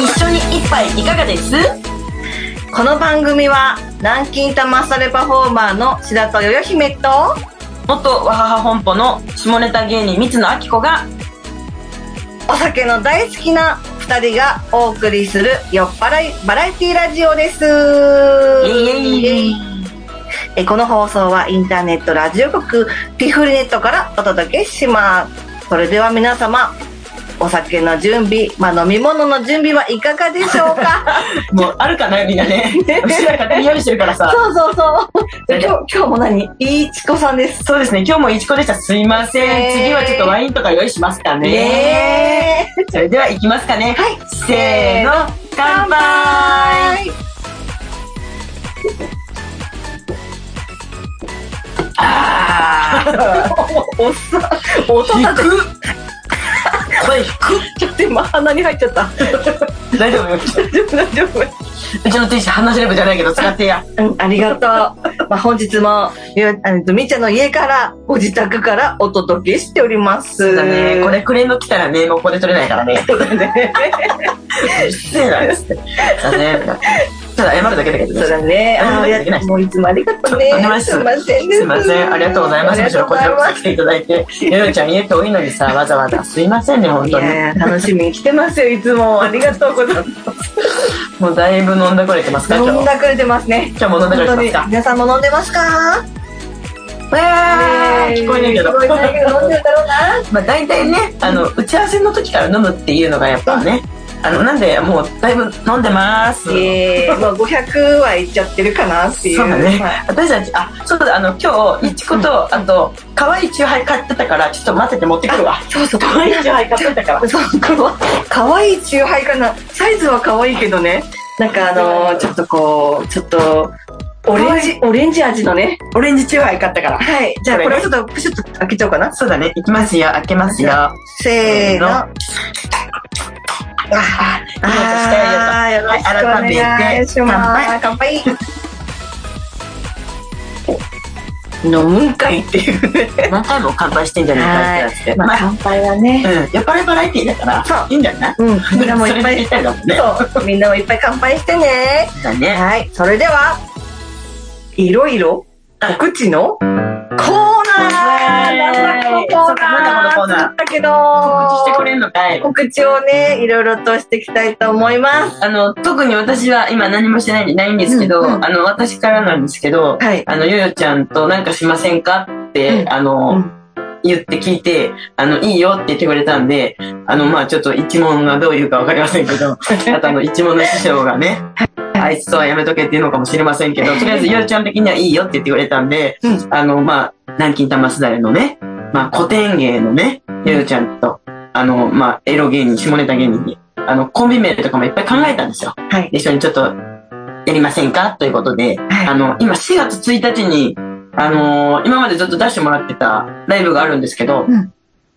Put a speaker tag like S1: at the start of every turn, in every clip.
S1: 一杯いかがです
S2: この番組は南京玉されパフォーマーの白戸よよ姫と
S1: 元わはは本舗の下ネタ芸人三野明子が
S2: お酒の大好きな2人がお送りする酔っ払いバラエティラジオです
S1: イエイイエイ
S2: えこの放送はインターネットラジオ局ピフリネットからお届けしますそれでは皆様お酒の準備、まあ、飲み物の準備はいかがでしょう か
S1: もうあるかなみんな ねうちら勝手に用意してるからさ
S2: そうそう そう今日今日も何いいちこさんです
S1: そうですね今日もいちこでしたすいません、
S2: えー
S1: 次はちょっとワインとか用意しますかね
S2: ねえ
S1: それでは行きますかね
S2: はい
S1: せーの乾杯あ
S2: おっさん、おっ
S1: ー
S2: さん
S1: 引
S2: だっ
S1: くこれ引
S2: て、ちょっと今鼻に入っちゃった。
S1: く大丈夫
S2: 大丈夫、大丈夫。
S1: うちの天使話しレベじゃないけど使ってや
S2: うん、ありがとう。 まあ、本日も、ゆあの、みっちゃんの家から、ご自宅からお届けしております。
S1: そうだねこれクレーム来たらねもうここで取れないからね
S2: そうだね。
S1: うっせえなっつってだねただ謝るだけだけど
S2: そうだね。あ
S1: できない
S2: ーもういつもありがとう
S1: とんでもな
S2: ね。
S1: いです
S2: すいませんです
S1: いません、ありがとうございます。
S2: あ
S1: む
S2: り
S1: し
S2: がと
S1: ろ
S2: うご
S1: こ
S2: ざいま
S1: ちらこそ来
S2: す。
S1: ていただ いて、ゆうちゃん家遠いのにさ、わざわざすいませんね、本
S2: い
S1: 当に。
S2: やー楽しみに来てますよ、いつも。ありがとうございます。
S1: もうだいぶ飲んだくれてますか、今
S2: 飲ん
S1: 日。
S2: だくれてますね。
S1: 今日も飲んだくれてます
S2: 本当
S1: か
S2: に。皆さんも飲んでますか
S1: わー聞こえないけど
S2: 聞。こえないけど飲んでるだろうな。
S1: まあ大体ね、あの、打ち合わせの時から飲むっていうのがやっぱね、あの、なんで、もうだいぶ飲んでます。
S2: えー、まあ500はいっちゃってるかなっていう。
S1: そうだね
S2: はい。
S1: 私たち、あ、そうだ、あの、今日、いちこと、あと、可愛いチューハイ買ってたから、ちょっと待ってて持ってくるわ。
S2: そうそう、
S1: 可愛いチューハイ買ってたから。
S2: そう、この、可愛いチューハイかな。サイズは可愛いけどね。なんかあのーちょっとこう、ちょっと、オレンジ、オレンジ味のね。
S1: オレンジチューハイ買ったから。
S2: はい。じゃあこれちょっと、プシュッと開けちゃおうかな。
S1: そうだね、いきますよ、開けますよ。あ
S2: せーの。あ
S1: あ、いい音したいよと。
S2: ー、よろしくお願いします。乾杯。飲むんかいっていうね。
S1: 何回も乾杯してんじゃないかってやつで。ま
S2: まあ
S1: あ、
S2: 乾杯はね。
S1: うん、酔っ払いバラエティーだから、
S2: そう
S1: いいんだよな。
S2: うん、みんなもいっ ぱい
S1: それで言、ただもんね。
S2: そう、みんなもいっぱい乾杯してね。
S1: だね。
S2: はい、それでは、いろいろ、お口のコーナーなんだこのコーナー
S1: そうなんだこのコーナー
S2: 作ったけ
S1: 告知してく
S2: ど、
S1: れんのかい。
S2: お口をね、いろいろとしていきたいと思います。
S1: あの、特に私は今何もしてないないんですけど、
S2: うんうん
S1: あの、私からなんですけど、
S2: はい
S1: あの、ゆうよちゃんとなんかしませんかって、
S2: うん
S1: あの、
S2: うん
S1: 言って聞いて、あの、いいよって言ってくれたんで、あの、まあちょっと一問がどういうかわかりませんけ ど、あとあの、一問の師匠がね、あいつとはやめとけっていうのかもしれませんけど、とりあえず、ゆうちゃん的にはいいよって言ってくれたんで、
S2: うん
S1: あの、まあ南京玉すだれのね、まあ古典芸のね、ゆうちゃんと、あの、まあエロ芸人、下ネタ芸人に、あの、コンビ名とかもいっぱい考えたんですよ。
S2: はい。
S1: 一緒にちょっと、やりませんかということで、
S2: はい
S1: あの、今4月1日に、あのー今までずっと出してもらってたライブがあるんですけど、
S2: うん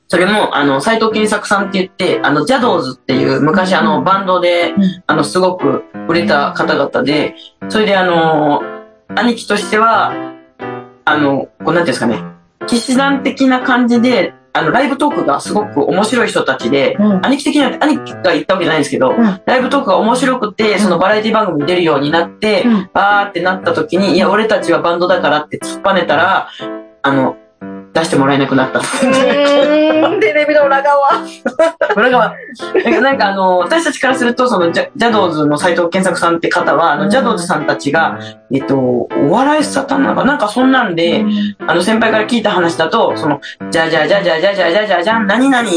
S1: それも、あの、斎藤健作さんって言って、あの、ジャドーズっていう昔あの、バンドで、
S2: うん
S1: あの、すごく売れた方々で、それであのー兄貴としては、あの、こうなんていうんですかね、騎士団的な感じで、あの、ライブトークがすごく面白い人たちで、
S2: うん
S1: 兄貴的には、兄貴が言ったわけじゃないんですけど、
S2: ん
S1: ライブトークが面白くて、そのバラエティ番組に出るようになって、
S2: うん
S1: バーってなった時に、いや、俺たちはバンドだからって突っぱねたら、あの、出してもらえなくなった。
S2: うーん、テレビの裏側。
S1: これが、なんかなんかあの、私たちからすると、そのジャ、ジャドーズの斎藤健作さんって方は、あ
S2: う
S1: の、
S2: ん
S1: ジャドーズさんたちが、えっと、お笑いサタンなんか、なんかそんなんで、あの、先輩から聞いた話だと、その、じゃじゃじゃじゃじゃじゃじゃじゃじゃん、何々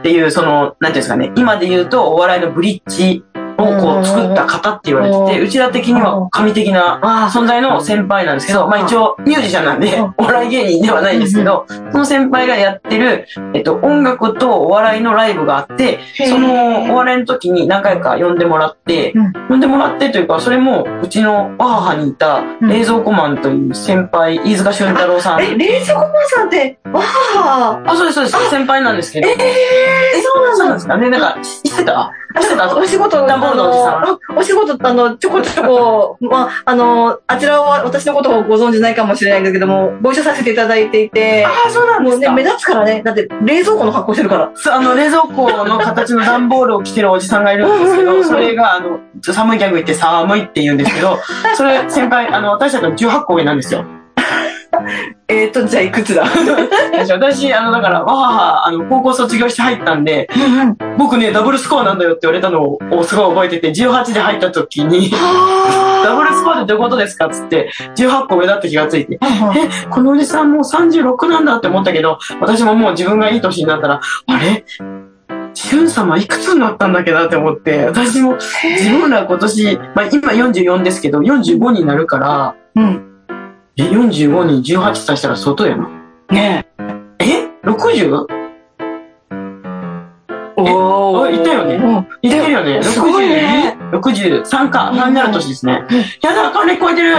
S1: っていう、その、なんていうんですかね、今で言うと、お笑いのブリッジをこう作った方って言われてて、
S2: うん
S1: うちら的には神的な
S2: あ
S1: 存在の先輩なんですけど、まあ一応ミュージシャンなんで
S2: うん、
S1: お笑い芸人ではないんですけど、その先輩がやってる、えっと、音楽とお笑いのライブがあって、
S2: へー
S1: そのお笑いの時に何回か呼んでもらって、
S2: うん
S1: 呼んでもらってというか、それもうちの母にいた
S2: うん
S1: 冷蔵庫マンという先輩、飯塚俊太郎さん。
S2: え、冷蔵庫マンさんって、わあ。
S1: あ、そうです、そうです。先輩なんですけど。
S2: ええー、そう
S1: そ
S2: な
S1: うなん
S2: の
S1: ですかね。なんか、知ってた知ってた
S2: お仕事
S1: 段ボー方のおじさん。
S2: あのお仕事、あの、ちょこちょこ、 まあ、あの、あちらは私のことをご存知ないかもしれないんですけども、ご一緒させていただいていて、
S1: ああ、そうなんで
S2: もう
S1: す
S2: ね、
S1: か。
S2: 目立つからね、だって冷蔵庫の発行してるから。
S1: そうあの、冷蔵庫の形の段ボールを着てるおじさんがいるんですけど、それが、あの、ちょ寒いギャグ言って寒いって言うんですけど、それ先輩、あの、私たちの18個上なんですよ。
S2: えーと、じゃあいくつだ
S1: 私、あの、だから、わはは、あの、高校卒業して入ったんで、僕ね、ダブルスコアなんだよって言われたのをすごい覚えてて、18で入った時に、 ダブルスコアってどういうことですかっつって、18個上だって気がついて、このおじさんもう36なんだって思ったけど、私ももう自分がいい年になったら、あれしゅん様いくつになったんだっけなって思って、私も自分ら今年、まあ今44ですけど、45になるから、
S2: うん。
S1: え、45に18足したら外やな。
S2: ね
S1: え ?60?
S2: え。お
S1: あいたよね
S2: うん
S1: いってるよね。
S2: すごいね
S1: 62 63か。
S2: うん
S1: 何になる年ですね
S2: うん。
S1: やだ、還暦超えてる。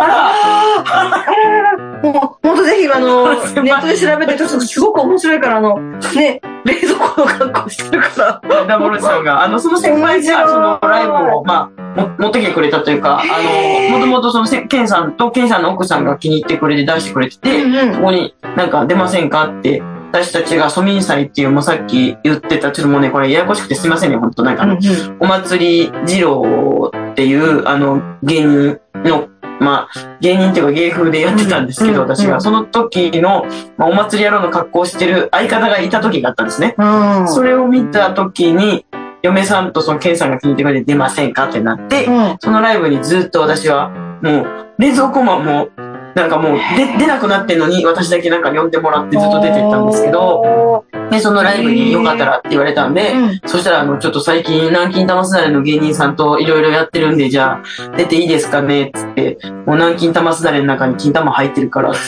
S1: あら、
S2: あーもう、本当ぜひ、あの、
S1: 狭い
S2: ネットで調べて、ちょっとすごく面白いから、あの、ね、冷蔵庫の格好してるから。
S1: ダブルさんが。あの、その先輩が、そのライブを、まあ、も持ってきてくれたというか、あの、もともとそのせ、ケンさんとケンさんの奥さんが気に入ってくれて出してくれてて、ここになんか出ませんかって、私たちがソミン祭っていう、もうさっき言ってた、ちょっともうね、これややこしくてすいませんね、本当なんかあの、お祭り二郎っていう、あの、芸人の、まあ、芸人っていうか芸風でやってたんですけ
S2: う
S1: ど、
S2: んうん
S1: 私
S2: うん
S1: が。その時の、まあ、お祭り野郎の格好をしてる相方がいた時があったんですね。
S2: うん。
S1: それを見た時に、嫁さんとそのケンさんが気に入ってくれて出ませんかってなって、
S2: うん。
S1: そのライブにずっと私は、もう、冷蔵庫マンも、なんかもう出、出なくなってんのに、私だけなんか呼んでもらってずっと出てったんですけど、
S2: お
S1: で、そのライブによかったらって言われたんで
S2: ー、、うん
S1: そしたら、あの、ちょっと最近、南京玉すだれの芸人さんといろいろやってるんで、じゃあ、出ていいですかねっつって、もう南京玉すだれの中に金玉入ってる から、つっ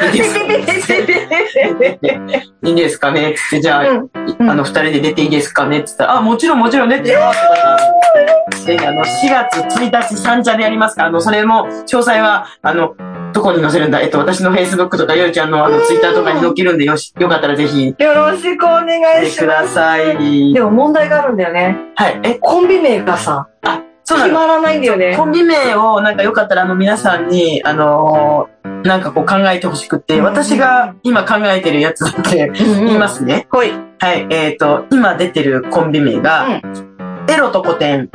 S1: て、いいですかいいですかねっつって、じゃあ、
S2: うんうん
S1: あの、二人で出ていいですかねっつったら、あ、もちろんもちろんねって言われてたんでで、あの、4月1日、三茶でやりますかあの、それも、詳細は、あの、どこに載せるんだえっと、私の Facebook とか、よいちゃんのあの、Twitter とかに載っけるんで、よし、よかったらぜひ、
S2: よろしくお願い
S1: 来て
S2: し
S1: く
S2: ま
S1: だ
S2: す。
S1: さい。
S2: でも問題があるんだよね。
S1: はい。え、
S2: コンビ名がさ、
S1: そうな
S2: 決
S1: の
S2: まらないんだよね
S1: コ。ンビ名をなんかよかったらあの皆さんに、あのーなんかこう考えてほしくって、
S2: うん。
S1: 私が今考えてるやつだって言いますすね。
S2: はい。
S1: はい、えっ、と、今出てるコンビ名が、エロと古典。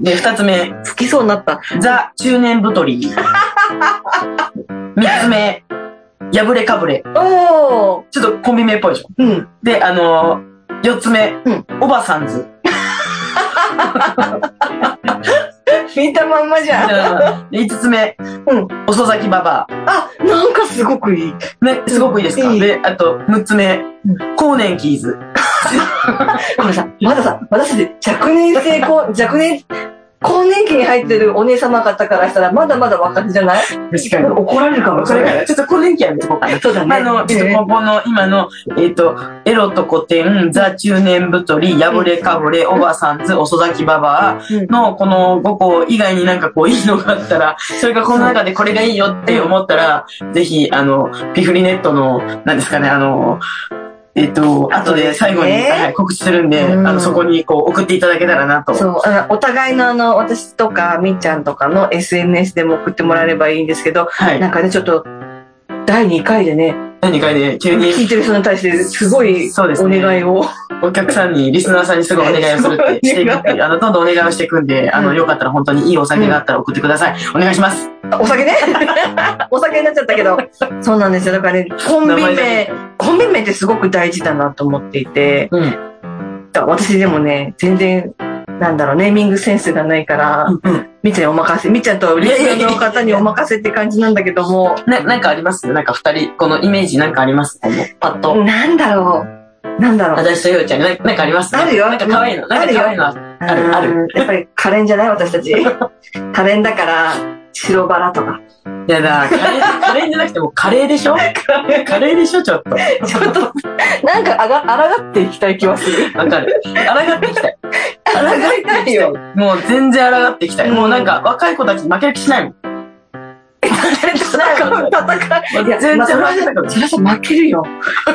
S1: で、二つ目、
S2: 好きそうになった。
S1: ザ中年太り。 三つ目、破れかぶれ。
S2: おー。
S1: ちょっとコンビ名っぽいでしょ。
S2: うん。
S1: で、あのー四つ目、
S2: うん
S1: おばさん ず。
S2: 見たまんまじゃん。
S1: で五つ目、
S2: うん
S1: 遅咲きババア。
S2: あ、なんかすごくいい。
S1: ね、すごくいいですか、
S2: いい
S1: で、あと、6つ目
S2: う、
S1: 高年キーズ。
S2: これさ、まださ、私で若年性高、 若年、更年期に入ってるお姉様方からしたら、まだまだ若手じゃない
S1: 確かに。
S2: 怒られるかも、
S1: こ
S2: そ
S1: れ
S2: れ
S1: から、ちょっと高年期やめてこうかな。
S2: そうだね。
S1: あの、ちょっと根本の、今の、えっ、と、エロと古典、ザ中年太り、破れかぶれ、おばさんず、遅咲きばば
S2: うん
S1: あの、この5個以外になんかこういいのがあったら、それがこの中でこれがいいよって思ったら、ぜひ、あの、ピフリネットの、なんですかね、あの、えっ、と、後で最後に、
S2: ね
S1: はい告知するんで、
S2: うん
S1: あの、そこにこう送っていただけたらなと。
S2: そう、あのお互いのあの、私とか、みっちゃんとかの SNS でも送ってもらえればいいんですけど、
S1: はい。
S2: なんかね、ちょっと、第2回でね、
S1: 何かね、急に
S2: 聞いてる人に対して、すごい、
S1: そうです
S2: お
S1: ね
S2: 願いを。
S1: お客さんに、リスナーさんにすぐお願いをするって、していくっていう、あの、どんどんお願いをしていくんで、あ
S2: う
S1: の、
S2: ん
S1: よかったら本当にいいお酒があったら送ってください。お願いします。
S2: あ お酒ね お酒になっちゃったけど。そうなんですよ。だからね、コンビ
S1: 名前だ
S2: 名
S1: け、
S2: コンビ名ってすごく大事だなと思っていて、
S1: うん。
S2: 私でもね、全然、なんだろう、ネーミングセンスがないから、
S1: うん。
S2: みっちゃんにお任せ、みっちゃんとリスナーの方にお任せって感じなんだけども、
S1: な、なんかありますなんか二人、このイメージなんかありますこの、パッと。
S2: なんだろう、なんだろう。
S1: 私とゆうちゃんにななんかあります
S2: あるよ
S1: なんか可愛いの。なんか可愛いのあ
S2: あ
S1: るある。
S2: やっぱり可憐じゃない私 たち。可憐だから、白バラとか。
S1: る。やだ、カレー、カレーじゃなくてもうカレーで しょカレーでしょちょっと。
S2: ちょっと、なんかあが、抗っていきたい気はす る。
S1: わかる。抗っていきたい。
S2: 抗いたいよ。
S1: もう全然抗っていきたい。
S2: うん
S1: もうなんか若い子たちに負ける気しないもん。
S2: 誰となんか戦う。いや、
S1: 全然
S2: まあ
S1: 負けないから。
S2: それはさ、負けるよ。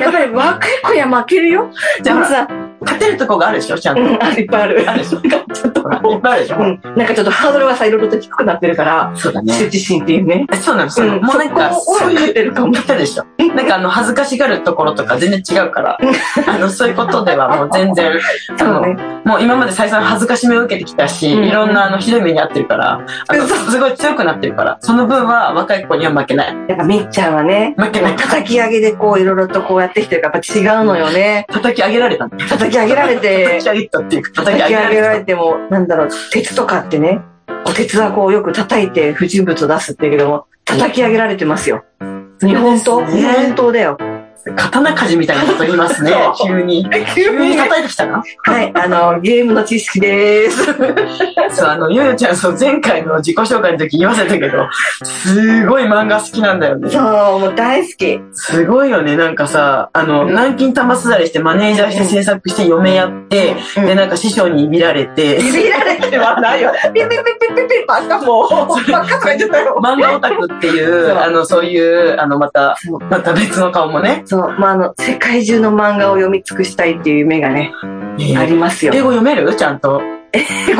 S2: やっぱり若い子には負けるよ。
S1: じ
S2: で
S1: ゃあほ
S2: も
S1: ら、
S2: さ、
S1: 勝てるとこがあるでしょちゃん
S2: う
S1: と。
S2: ん、あいっぱいある。
S1: あるでしょ
S2: なんかちょっと
S1: ほらいっぱいあるでしょ
S2: うん、なんかちょっとハードルがさ、いろいろと低くなってるから、
S1: そうだ
S2: 羞。恥心っていうね。
S1: そうなの、そうなの。もうなんか、
S2: そこを
S1: そう
S2: 追い
S1: い
S2: か
S1: う、
S2: けてるかも
S1: 言ったでしょ。なんかあの、恥ずかしがるところとか全然違うから、あの、そういうことではもう全然、あ
S2: そう
S1: の、
S2: ね。
S1: もう今まで再三恥ずかしめを受けてきたし、
S2: うん
S1: いろんなあの、ひどい目に遭ってるから、あの、
S2: 嘘
S1: すごい強くなってるから、その分は若い子には負けない。
S2: やっぱみっちゃんはね、
S1: 負けない。
S2: 叩き上げでこう、いろいろとこうやってきてるから、やっぱ違うのよね。
S1: 叩き上げられたんだ
S2: 叩き上げられて
S1: 叩き、上げたっていうか、叩
S2: 叩
S1: き上
S2: き
S1: げ
S2: 上
S1: ら
S2: げ
S1: れ
S2: ら
S1: た。
S2: れても、なんだろう、鉄とかってね、こう鉄はこうよく叩いて不純物を出すっていうけども、叩き上げられてますよ。日本刀
S1: そうです
S2: 日
S1: ね
S2: 本刀だよ。、
S1: 刀鍛冶みたいなこと言いますね急に。急に叩いてきたな。
S2: はい、あの、ゲームの知識でーす。
S1: そう、あの、ゆうちゃん、そう、前回の自己紹介の時言わせたけど、すごい漫画好きなんだよね。
S2: そう、もう大好き。
S1: すごいよね、なんかさ、あの、南京玉すだりして、マネージャーして制作して、嫁やって、
S2: うん
S1: で、なんか師匠にいびられて、
S2: ビビられてはないよ。ピピピピピピ、バカもう。バカとか言っちゃったよ。
S1: 漫画オタクってい、
S2: そうう
S1: あの、そういう、あの、また、
S2: そう
S1: また別の顔もね。
S2: そう、まあ、あの、世界中の漫画を読み尽くしたいっていう夢がね、ありますよ
S1: 英。語読めるちゃんと。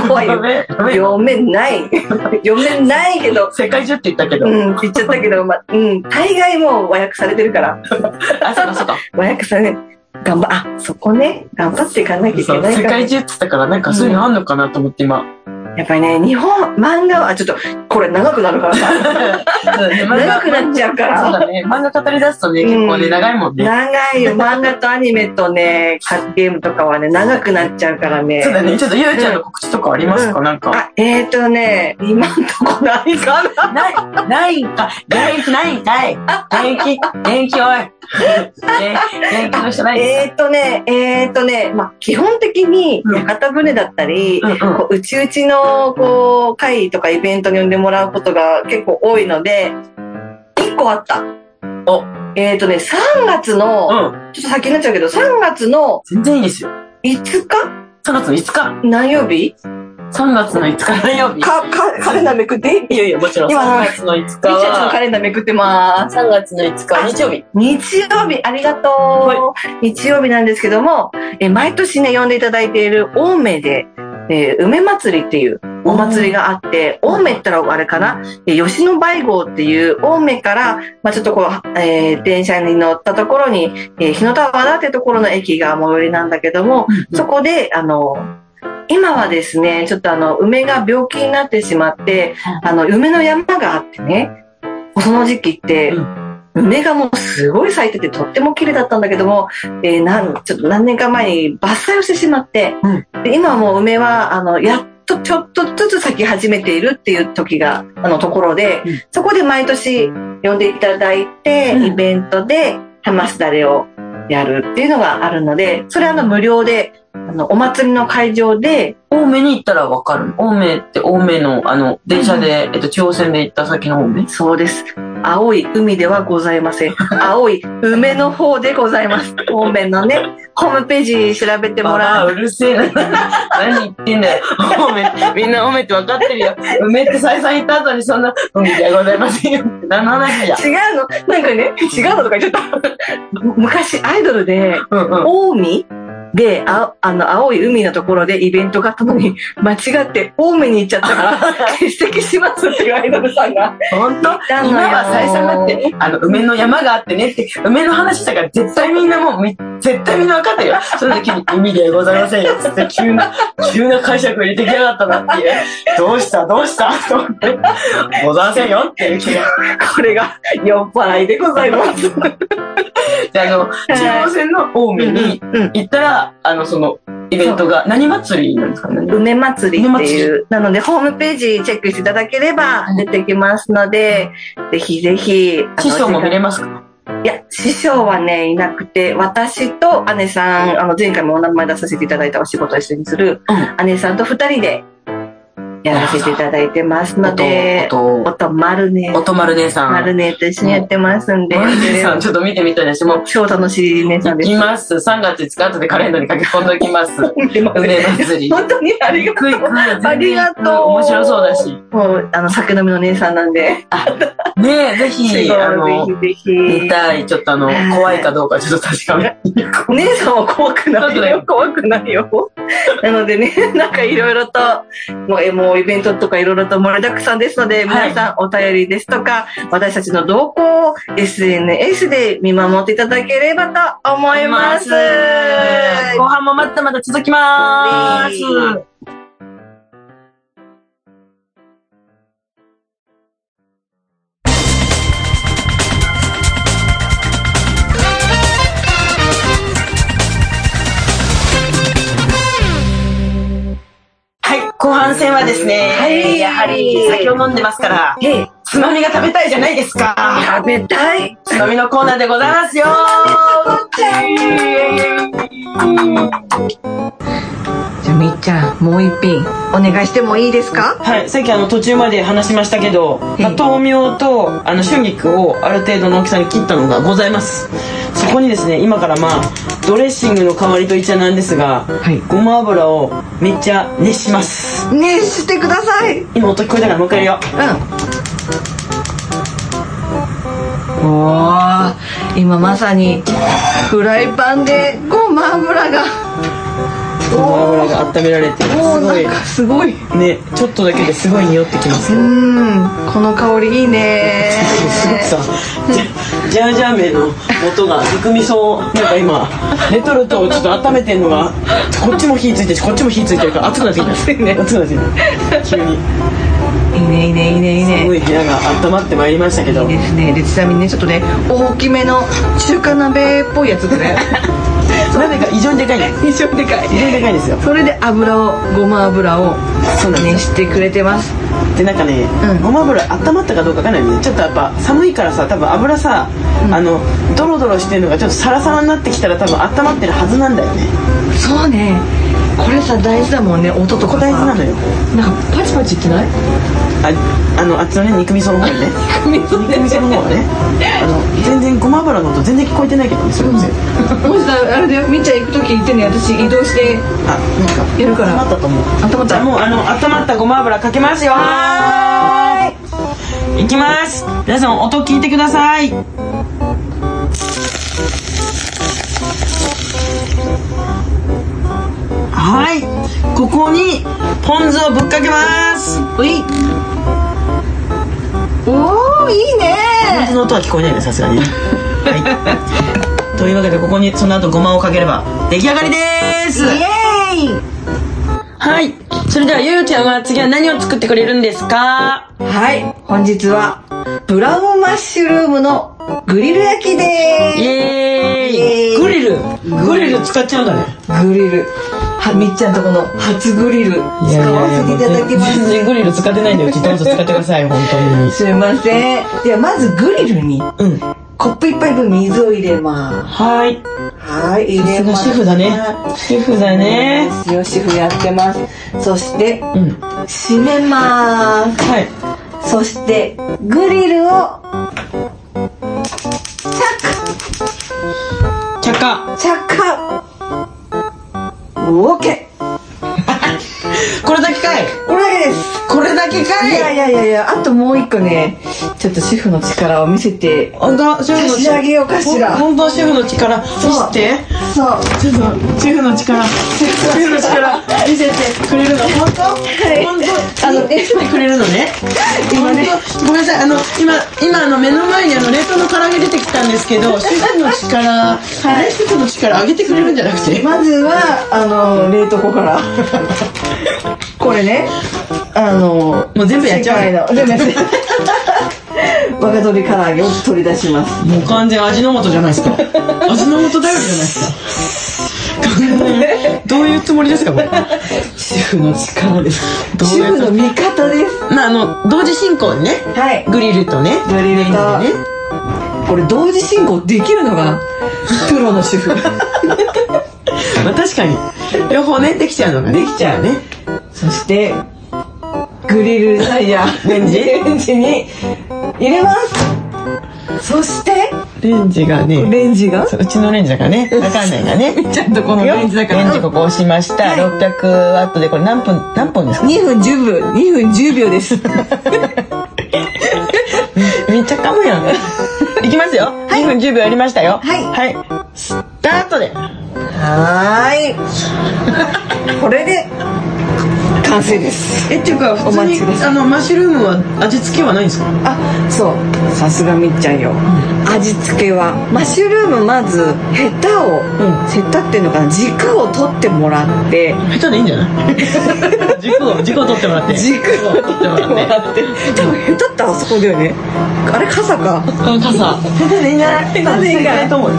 S2: 怖い
S1: 読
S2: よ。
S1: め
S2: 読
S1: 読め
S2: めない。読めないけど、
S1: 世界中って言ったけど。
S2: うん、言っちゃったけど、まあ、うん、大概もう和訳されてるから、
S1: あ、そうかそ うか。
S2: 和訳されて、頑張、あ、そこね、頑張っていかなきゃい
S1: そ
S2: け
S1: う
S2: ない
S1: 世
S2: から。
S1: 界中って言ったから、なんかそういうのあんのかなと思って今。
S2: やっぱりね、日本、漫画は、あちょっと、これ長くなるからさ、長
S1: 長
S2: くなっちゃうか
S1: そう
S2: ら。
S1: だね。漫画語り出すとね、
S2: うん
S1: 結構ね、長いもんね。
S2: 長いよ、漫画とアニメとね、カードゲームとかはね、長くなっちゃうからね。
S1: そうだね。ちょっとゆうちゃんの告知とかありますかなんか。
S2: あ、えーとね、今んとこないかな。
S1: ない、ないんか。元気ないんかい。元気、元気おい。ね元気の人ないんか
S2: えーっとね、えーっとね、まあ、基本的に
S1: うん
S2: 屋形船だったり、
S1: うんうん。
S2: こううちうちのこう会とかイベントに呼んでもらうことが結構多いので、1個あった。
S1: お
S2: えーっとね、3月の、
S1: うん。
S2: ちょっと先になっちゃうけど、3月の
S1: 全然いいですよ。
S2: 5日
S1: 3月の5日。
S2: 何曜日
S1: 3月の5日何曜日。
S2: か、か、カレンダーめくって。
S1: いやいや、もちろん。
S2: 今
S1: 3月の5日
S2: みっちゃんちのカ
S1: は。
S2: レンダーめくってまーす。
S1: 3月の5日、日曜日。
S2: 日曜日、ありがとう。日曜日なんですけども、えー毎年ね、呼んでいただいている青梅で、えー梅祭りっていうお祭りがあって、青梅ったらあれかな、えー吉野梅郷っていう青梅から、まあ、ちょっとこう、えー電車に乗ったところに、えー日の田和田ってところの駅が最寄りなんだけども、そこで、あの、今はですね、ちょっとあの、梅が病気になってしまって、あの、梅の山があってね、その時期って
S1: う、
S2: 梅がもうすごい咲いててとっても綺麗だったんだけども、えーなん、ちょっと何年か前に伐採をしてしまって、で今はもう梅は、あの、やっとちょっとずつ咲き始めているっていう時が、あのところで、
S1: うん
S2: そこで毎年呼んでいただいて、
S1: うん
S2: イベントで、ハマスダレをやるっていうのがあるので、それはあの無料で、あの、お祭りの会場で、
S1: 青梅に行ったらわかる。青梅って青梅の、あの、電車で、えっと、中央線で行った先の青梅。
S2: そうです。青い海ではございま せん。青い梅の方でございます。方面のね、ホームページ調べてもら
S1: あ
S2: う。
S1: うるせえな。 何言ってんだよ。青梅、みんな青梅って分かってるよ。梅って再三言った後にそんな、海じゃございませんよって。何の話じゃ。
S2: 違うのなんかね、違うのとか言っちゃった。 昔アイドルで、
S1: うんうん。
S2: 青海で、ああの、青い海のところでイベントがあったの に、間違って青梅に行っちゃった から、欠席しますっていうアイドルさんが。
S1: 本当
S2: たのよ
S1: 今は再三だって、あの、梅の山があってねって、梅の話したから絶対みんなもうみ、絶対みんな分かってるよ。その時に海でございませんよ。つって急な、急な解釈入れてきやがったなっていう。どうしたどうしたと思って、ございませんよっていう気が。
S2: これが酔っ払いでございます。
S1: で、あの、中央線の青梅に
S2: うん
S1: 行ったら、あの、その、イベントが、何祭りなんですかね
S2: 梅祭りって
S1: 梅
S2: いう。なので、ホームページチェックしていただければ出てきますので、ぜひぜひ。あの
S1: 師匠も見れますか
S2: いや、師匠はね、いなくて、私と姉さん、あの、前回もお名前出させていただいたお仕事を一緒にする、姉さんと二人で、やらせていただいてますので、
S1: 音、音、
S2: 音丸ね、
S1: 音丸姉さん。
S2: 丸ねと一緒にやってますんで、
S1: 丸姉さん、ちょっと見てみたいなし、もう、
S2: 超楽しい姉さん
S1: 行
S2: です
S1: き。ます。3月5日後でカレンダーに書き込んでおきます。腕祭り。
S2: 本当にありがとう。
S1: う
S2: ありがとう
S1: 面白そうだし。
S2: もう、あの、酒飲みの姉さんなんで。
S1: ねえ、ぜひ、あの、
S2: ぜひぜ
S1: 見
S2: ひ。
S1: たい。ちょっとあの、怖いかどうかちょっと確かめに行こ
S2: 姉さんは怖くないよ。怖くないよ。なのでね、 なんかいろいろと、もう、えもうイベントとかいろいろと盛りだくさんですので、
S1: はい
S2: 皆さんお便りですとか、私たちの動向を SNS で見守っていただければと思いうます。
S1: 後半もまたまた続きま
S2: ウィ
S1: す。はい、後半戦はですね、
S2: はい
S1: やはり酒を飲んでますから、
S2: ええ
S1: つまみが食べたいじゃないですか。
S2: 食べたい。
S1: つまみのコーナーでございますよ。
S2: じゃあみーちゃん、もう一品、お願いしてもいいですか
S1: はい、さっきあの途中まで話しましたけど、まあ豆苗とあの春菊をある程度の大きさに切ったのがございます。そこにですね、今からまあドレッシングの代わりと言っちゃなんですが、
S2: はい
S1: ごま油をめっちゃ熱します。
S2: ねしてください。うん。
S1: 今音聞こえたからもう一回やるよ。
S2: おー、今まさに、フライパンでごま油が。
S1: ごま油が温められて、す
S2: もう
S1: ご
S2: なん
S1: い
S2: かすごい。
S1: ね、ちょっとだけですごい匂ってきます
S2: う
S1: よ。
S2: ん、この香りいいね。
S1: すごくさ、ジャジャージャー麺の音が含みそうなんか今レトルトをちょっと温めてんのがこっちも火ついてるしこっちも火ついてるから熱くなってきた熱いね熱くなってきた急に
S2: いいね、いいね、いいね、いい
S1: す
S2: ね。
S1: ごい部屋が温まってまいりましたけど
S2: いいですね。で、ちなみにね、ちょっとね、大きめの中華鍋っぽいやつでね。
S1: なぜか異常にでかいね
S2: 非常にでかい。
S1: 異常にでかいんですよ
S2: それで油を、ごま油を
S1: そうなんで
S2: 熱してくれてます。
S1: でなんかね、
S2: うん
S1: ごま油温まったかどうかわかんないよねちょっとやっぱ寒いからさ多分油さ、あのドロドロしてるのがちょっとサラサラになってきたら多分温まってるはずなんだよね
S2: そうね。これさ、大事だもんね、音とかさ。
S1: 大事なのよ
S2: なんかパチパチってない
S1: ああのあっちのね肉味噌の方ね肉味噌の方はねあの全然ごま油の音全然聞こえてないけどねそれも全部
S2: もしさ、あれだよ、みっちゃん行くとき言ってね、私移動して、
S1: あなんか
S2: やるから
S1: 温まったと思う
S2: 頭
S1: じ
S2: ち
S1: ゃ
S2: ゃ
S1: あ
S2: ん。
S1: もうあの温まったごま油かけますよはーいいきます皆さん音聞いてくださいはいここにポン酢をぶっかけます
S2: うい。おー、いい
S1: 水
S2: ね。
S1: の音は聞こえないねさすがにね、 はい、というわけでここにその後ごまをかければ出来上がりです
S2: イエーイ。
S1: はいそれではゆうちゃんは次は何を作ってくれるんですか
S2: はい、本日は、ブラウンマッシュルームのグリル焼き
S1: イ
S2: で
S1: エ
S2: イエー
S1: ーイ
S2: イ
S1: グリルグリル使っちゃうんだね
S2: ーす。グリル。は、みっちゃんとこの初グリル、使わせていただきま
S1: 全然
S2: す。
S1: グリル使ってないんでうちどうぞ使ってください本当
S2: すいません。では、まずグリルに、
S1: にうん
S2: コップ一杯分水を入れます。
S1: はい
S2: はい、入
S1: さ
S2: れ
S1: す
S2: ま
S1: が
S2: す。
S1: シェフだねシェフだね
S2: そうなんですよ、シェフやってます。そして、
S1: うん
S2: 締めます。
S1: はい
S2: そして、グリルを、
S1: 茶化
S2: チャカ、オーケー。
S1: これだけかい
S2: これだけです。
S1: これだけか
S2: いやいやいやいや、あともう一個ね、ちょっと主婦の力を見せて、
S1: 本当シェフの
S2: 差し上げようかしら
S1: ほん本当シェフの力見せて
S2: そう。は
S1: ちょっとシェフの力シェフの力見せてくれるの本当
S2: い。
S1: 本当
S2: あ
S1: あ
S2: の
S1: の見せてくれるのね
S2: 今ね
S1: 本当ごめんなさいあの今今あの目の前にあの冷凍の唐揚げ出てきたんですけどシェフの力はいシェフの力上げてくれるんじゃなくて
S2: まずは、あの、冷凍庫から。これね、あの、
S1: もう全部やっちゃう
S2: 世界の全部やっちゃう。若鶏唐揚げを取り出します。
S1: もう完全味の素じゃないですか味の素頼りじゃないですか完全どういうつもりですかこれシェフの力です
S2: 主婦の味方です。
S1: なあの同時進行にね
S2: はい。
S1: グリルとね
S2: グリルと
S1: メインでね
S2: これ同時進行できるのが、プロの主婦。
S1: まあ確かに両方ねできちゃうのがねできちゃうね
S2: そして、
S3: グリルじゃいや
S1: レンジ
S3: レンジに入れますそして
S4: レンジがね、
S3: レンジが
S4: そううちのレンジだからね、わかんないがね。
S3: ちゃんとこのレンジだから
S4: レンジここ押しました。
S3: はい
S4: 600ワットで、これ何分、何分ですか
S3: 2分10秒2分10秒です
S4: めっちゃ噛むやん。 いきますよ。2分10秒やりましたよ。
S3: はい
S4: はい。スタートで。
S3: はーい。 これで完成です。
S4: え、っていうか、普
S3: お待ちください
S4: あの、マッシュルームは味付けはないんですか
S3: あ、そう。さすがみっちゃんよ。味付けはマッシュルームまずヘタを、
S4: ん
S3: ヘタっていうのかな、軸を取ってもらって。
S4: 下手でいいんじゃない 軸を、軸を取ってもらって。
S3: 軸を取ってもらって。多分ヘタってあそこだよね。あれ傘か。
S4: この傘。下手でいいんじゃない
S3: 手でいいんじゃない
S4: と思うよ。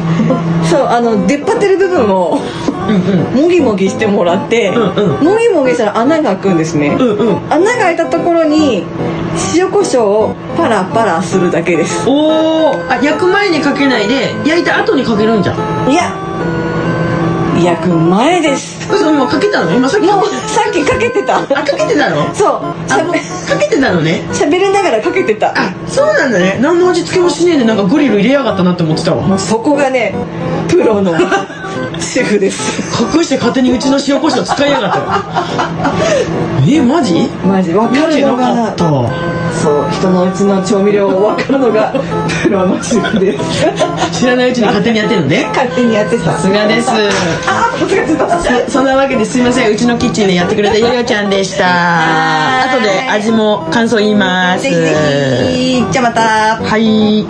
S3: そう、あの出っ張ってる部分 を
S4: うん
S3: もぎもぎしてもらって、
S4: うんうん
S3: もぎもぎしたら穴が開くんですね。
S4: うん。うんうん。
S3: 穴が開いたところに塩コショウをパラパラするだけです
S4: おーあ焼く前にかけないで焼いた後にかけるんじゃん
S3: いや焼く前です
S4: それもうかけたの今さっき
S3: もうさっきかけてた
S4: あかけてたの
S3: そうし
S4: あ
S3: ゃ
S4: もう
S3: べ
S4: かけてたのね
S3: しゃべりながらかけてた
S4: あそうなんだね何の味付けもしねえでなんかグリル入れやがったなって思ってたわか
S3: もうそこがねプロのシェフです
S4: っこいいして勝手にうちの塩コショウ使いやがったわえマジ
S3: マジ分か
S4: マ
S3: る
S4: ジな
S3: の
S4: か
S3: が
S4: ったわ
S3: そう人のうちの調味料を分かるのがプロのシェフです
S4: 知らないうちに勝手にやってるのね
S3: 勝手にやってた
S4: さすがです
S3: ああ間違ってた
S4: そそんなわけですいませんうちのキッチンでやってくれたヨヨちゃんでした
S3: はーい
S4: 後で味も感想言います
S3: ぜひぜひじゃあまた
S4: はい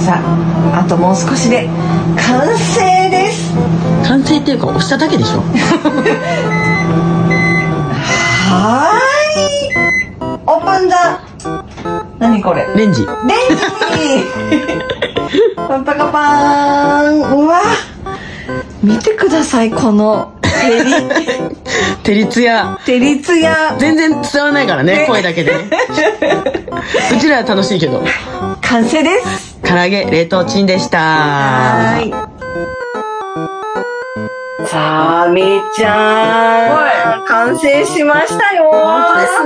S3: さああともう少しで完成です
S4: 完成っていうか押しただけでしょ
S3: はーいオープンだ何これ
S4: レ
S3: レン
S4: ンジ
S3: ジパンパカパーンうわ見てくださいこの照り
S4: 照りつや
S3: 照りつや
S4: 全然伝わらないからね
S3: ね
S4: 声だけでうちらは楽しいけど
S3: 完成です
S4: 唐揚げ冷凍チンでした
S3: はーい
S2: さあ、みーちゃん。完成しましたよ。
S1: 本当です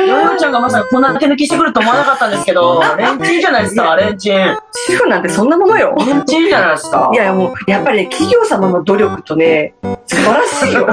S1: ね。ヨヨちゃんがまさかこんな手抜きしてくると思わなかったんですけど、レンチンじゃないですか、レンチン。レ
S2: 主婦なんてそんなものよ。
S1: ンチンじゃないですか
S2: い。や、もう、やっぱりね、企業様の努力とね、素晴らしいよ。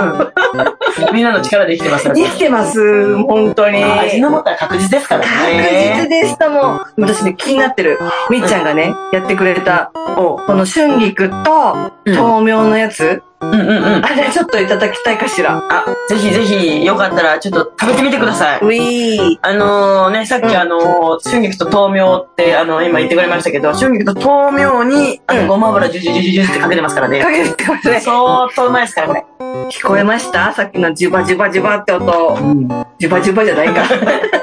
S1: みんなの力で生きてますから
S2: 生きてます、本当に。
S1: 味の素は確実ですから
S2: 確実
S1: ね。
S2: でしたもん。私ね、気になってる。みっちゃんがね、やってくれた、この春菊と、
S1: うん
S2: 豆苗のやつ、
S1: うんうんうん。
S2: あれちょっといただきたいかしら。
S1: あ、ぜひぜひ、よかったらちょっと食べてみてください。
S2: ウィー。
S1: あのね、さっきあの春菊と豆苗って、あの、今言ってくれましたけど、春菊と豆苗に、あ
S2: う
S1: の、
S2: ん
S1: ごま油ジュジュジュジュジュってかけてますからね。
S2: かけてください。
S1: 相当うまいですから、これ。
S2: 聞こえましたさっきのジュバジュバジュバって音。ジュバジュバじゃないか。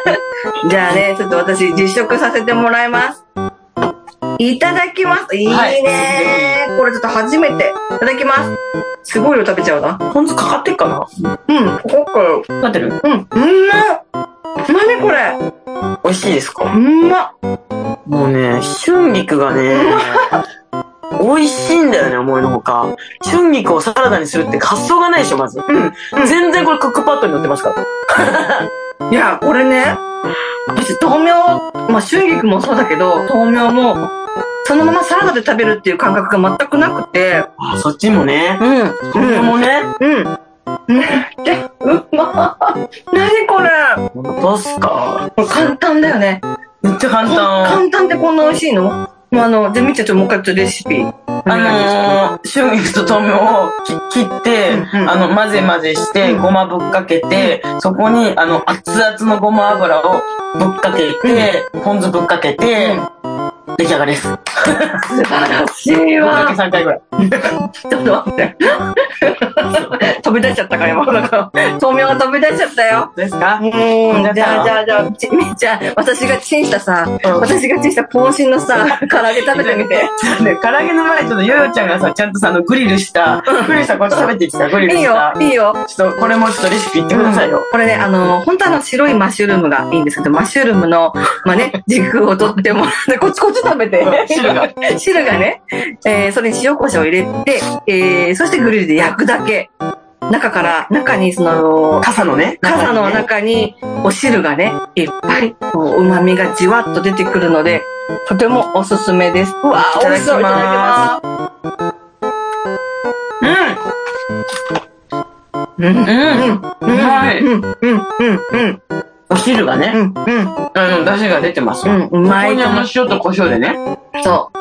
S2: じゃあね、ちょっと私実食させてもらいます。いただきます。いいね、これちょっと初めて。いただきます。すごい量食べちゃうな。
S1: ポン酢かかってっかな
S2: うん、ここ
S1: かかってる
S2: うん、うんまっ。何これ
S1: 美味しいですか
S2: うんまっ。
S1: もうね、春菊がね、美味しいんだよね、思いのほか。春菊をサラダにするって発想がないでしょ、まず。うん。全然これクックパッドに乗ってますから。
S2: いや、これね、私豆苗、まあ春菊もそうだけど、豆苗も、そのままサラダで食べるっていう感覚が全くなくて、
S1: あ、そっちもね。
S2: うん、
S1: これ
S2: うん、
S1: もね、
S2: うん。 で、うまなにこれ
S1: どうすか
S2: これ簡単だよね。
S1: めっちゃ簡単。
S2: 簡単ってこんな美味しいのもうあの、じゃあみっちゃんちょっともう一回ちょっとレシピ。
S1: あのー、春菊と豆苗をき切って、
S2: うんうん
S1: あの、混ぜ混ぜして、ごまぶっかけて、そこに、あの、熱々のごま油をぶっかけて、ポン酢ぶっかけて、出来上がりです。ぶっ
S2: 素晴らしい
S1: かけ
S2: わ。
S1: 3回ぐらい。
S2: ちょっと待って。飛び出しちゃったから今。なんか豆苗が飛び出しちゃったよ。
S1: ですか
S2: うん。じゃあじゃあじゃあ、ちみっちゃん、私がチンしたさ、私がチンした渾身のさ、唐揚げ食べてみて。
S1: ね、唐揚げの前にちょっとヨヨちゃんがさ、ちゃんとさ、あの、グリルした、グリルしたこっち食べてきた、グリル
S2: いい
S1: し
S2: よ
S1: た。、
S2: いいよ。
S1: ちょっと、これもちょっとレシピ言ってくださいよ。
S2: これね、あの、本当はあの、白いマッシュルームがいいんですけど、マッシュルームの、まあね、軸を取ってもらって、こっち、こっち食べて。
S1: 汁が。
S2: 汁がね、えー、それに塩コショウを入れて、えー、そしてグリルで焼くだけ。中から、中にその、
S1: 傘のね。
S2: 傘の
S1: にね
S2: 中にお汁がね、いっぱい、こう、旨味がじわっと出てくるので、とてもおすすめです。うわ
S1: い
S2: ー、
S1: た
S2: 美
S1: だ
S2: 味
S1: きます
S2: しそう。いただきます。うん。うん。
S1: うん。うん。
S2: うん。
S1: はい
S2: うん。うん。うん。うん。
S1: お汁がね、
S2: う
S1: あの、出汁が出てますわ。
S2: ん。うん。うま
S1: ここ
S2: い
S1: に
S2: と
S1: あ
S2: 思
S1: の
S2: う。
S1: 塩と胡椒でね。
S2: そう。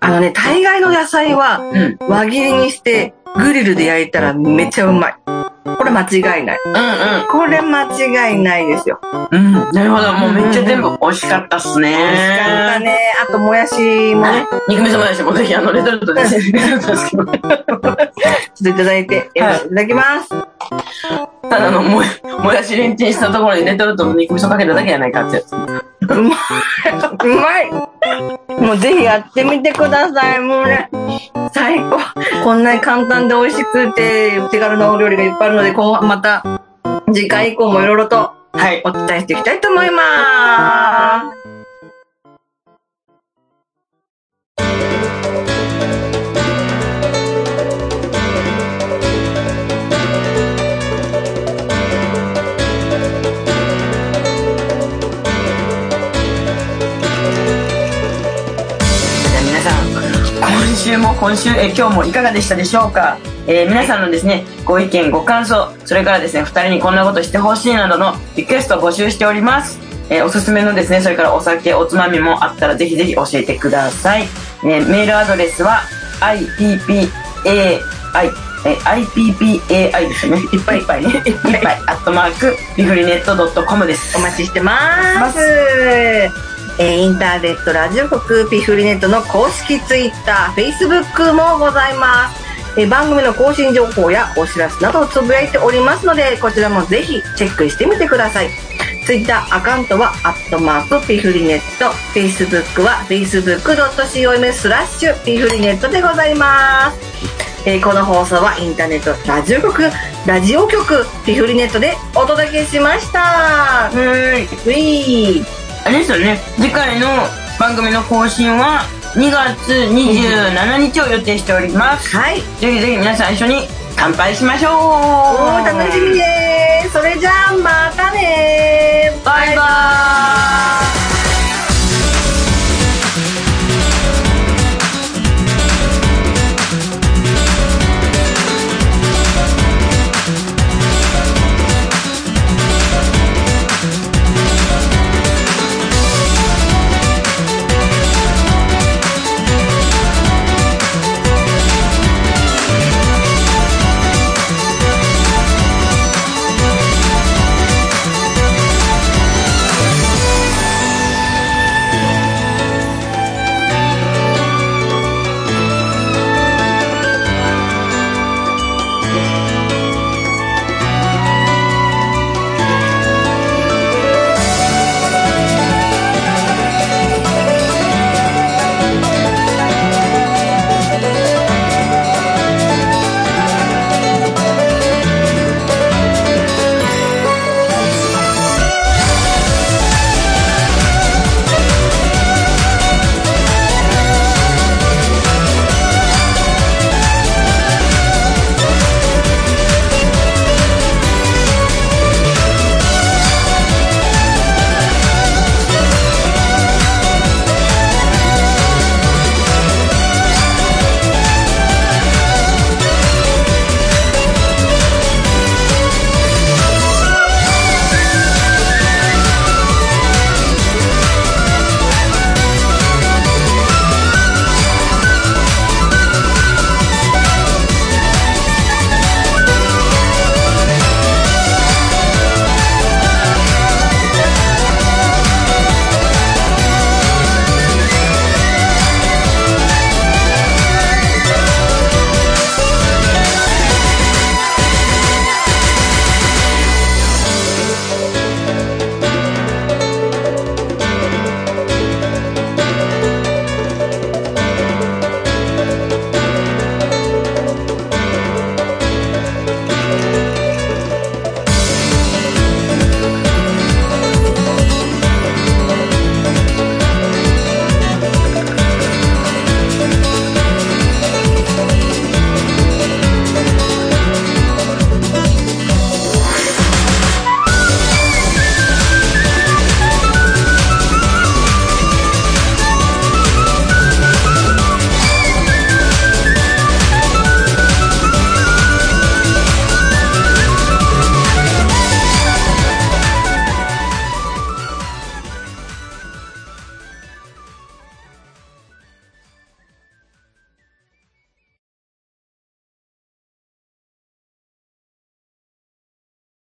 S2: あのね、大概の野菜は
S1: うん。うん
S2: 輪切りにして、グリルで焼いたらめっちゃうまい。これ間違いない。これ間違いないですよ。
S1: うん。うん。なるほど。もうめっちゃ全部美味しかったっすね。
S2: 美味しかったね。あと、もやしもね
S1: ね。肉味噌もないし、もうぜひあの、レトルトで。レトルトですけど。
S2: ちょっといただいて、い
S1: はい
S2: ただきます。
S1: ただのもや、もやしレンチンしたところにレトルトの肉味噌かけただけやないかってやつ。
S2: うまいもうぜひやってみてください。もうね、最高。こんなに簡単で美味しくて、手軽なお料理がいっぱいあるので、今後また、次回以降もいろいろと
S1: はい。
S2: お伝えしていきたいと思います。
S1: じゃあ皆さん今週も今週えー今日もいかがでしたでしょうか、えー皆さんのですねご意見ご感想それからですね2人にこんなことしてほしいなどのリクエストを募集しております、えーおすすめのですねそれからお酒おつまみもあったらぜひぜひ教えてください、えーメールアドレスは IPPAI えー IPPAI ですね。いっぱいいっぱいね。いっぱい。アットマーク、ビグリネットドットコムです。
S2: お待ちしてます。えーインターネットラジオ局ピフリネットの公式ツイッター、フェイスブックもございます。えー番組の更新情報やお知らせなどをつぶやいておりますので、こちらもぜひチェックしてみてください。ツイッターアカウントは、アットマークピフリネット、フェイスブックは、facebook.com スラッシュピフリネットでございます。えーこの放送はインターネットラジオ局ラジオ局ピフリネットでお届けしましたうーいうい
S1: あれですよね次回の番組の更新は2月27日を予定しております
S2: はい
S1: ぜひぜひ皆さん一緒に乾杯しましょう
S2: おー楽しみですそれじゃあま